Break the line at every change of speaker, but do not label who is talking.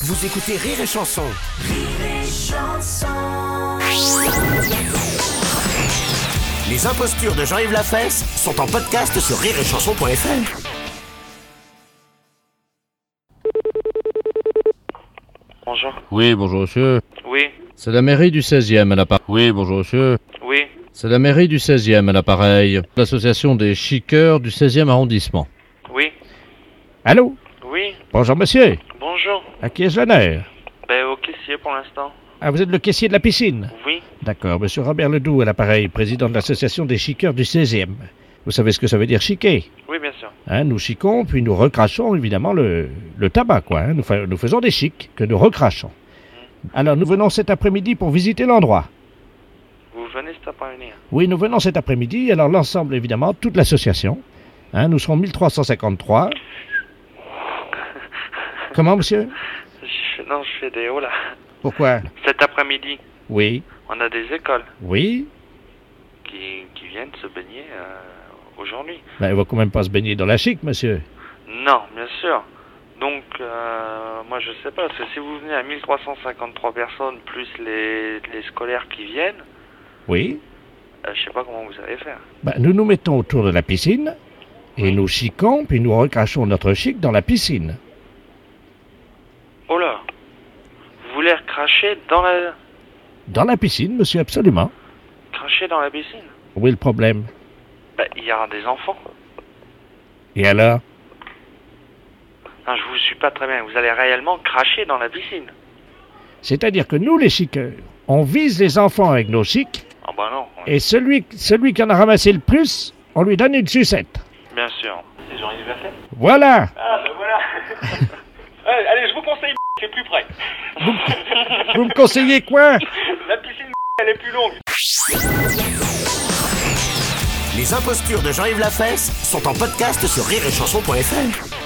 Vous écoutez Rire et Chanson. Les impostures de Jean-Yves Lafesse sont en podcast sur rireetchanson.fr.
Bonjour.
Oui, bonjour monsieur.
Oui,
C'est la mairie du 16e à l'appareil. Oui, bonjour monsieur.
oui,
C'est la mairie du 16e à l'appareil. L'association des chiqueurs du 16e arrondissement.
oui,
Allô
oui.
Bonjour monsieur.
Bonjour.
À qui ai-je l'honneur
Ben, au caissier pour l'instant.
Ah, vous êtes le caissier de la piscine
Oui.
D'accord, monsieur Robert Ledoux à l'appareil, président de l'association des chiqueurs du 16e. Vous savez ce que ça veut dire chiquer
Oui, bien sûr.
hein, Nous chiquons, puis nous recrachons évidemment le, le tabac, quoi. hein. Nous, fa- nous faisons des chics que nous recrachons. Alors nous venons cet après-midi pour visiter l'endroit.
Vous venez cet après-midi. hein.
Oui, nous venons cet après-midi. Alors l'ensemble, évidemment, toute l'association. Hein, nous serons 1353. Comment, monsieur
Je- Non, je fais des hauts là.
Pourquoi
Cet après-midi,
Oui,
on a des écoles
oui.
qui, qui viennent se baigner euh, aujourd'hui.
Ben, il va quand même pas se baigner dans la chic, monsieur.
Non, bien sûr. Donc, euh, moi, je sais pas, parce que si vous venez à 1353 personnes plus les, les scolaires qui viennent,
Oui.
euh, je sais pas comment vous allez faire.
Ben, nous nous mettons autour de la piscine et nous chiquons, puis nous recrachons notre chic dans la piscine.
Oh là Vous voulez cracher dans la...
Dans la piscine, monsieur, absolument.
cracher dans la piscine
Où est le problème
Ben, il y aura des enfants.
Et alors
Non, je vous suis pas très bien. Vous allez réellement cracher dans la piscine.
C'est-à-dire que nous, les chiqueurs, on vise les enfants avec nos chics
Ah bah non.
et celui, celui qui en a ramassé le plus, on lui donne une sucette.
Bien sûr. C'est Jean-Yves
Voilà
Ah bah voilà. allez, je vous conseille, c'est plus près.
Vous me conseillez quoi
La piscine, elle est plus longue.
Les impostures de Jean-Yves Lafesse sont en podcast sur rireetchanson.fr.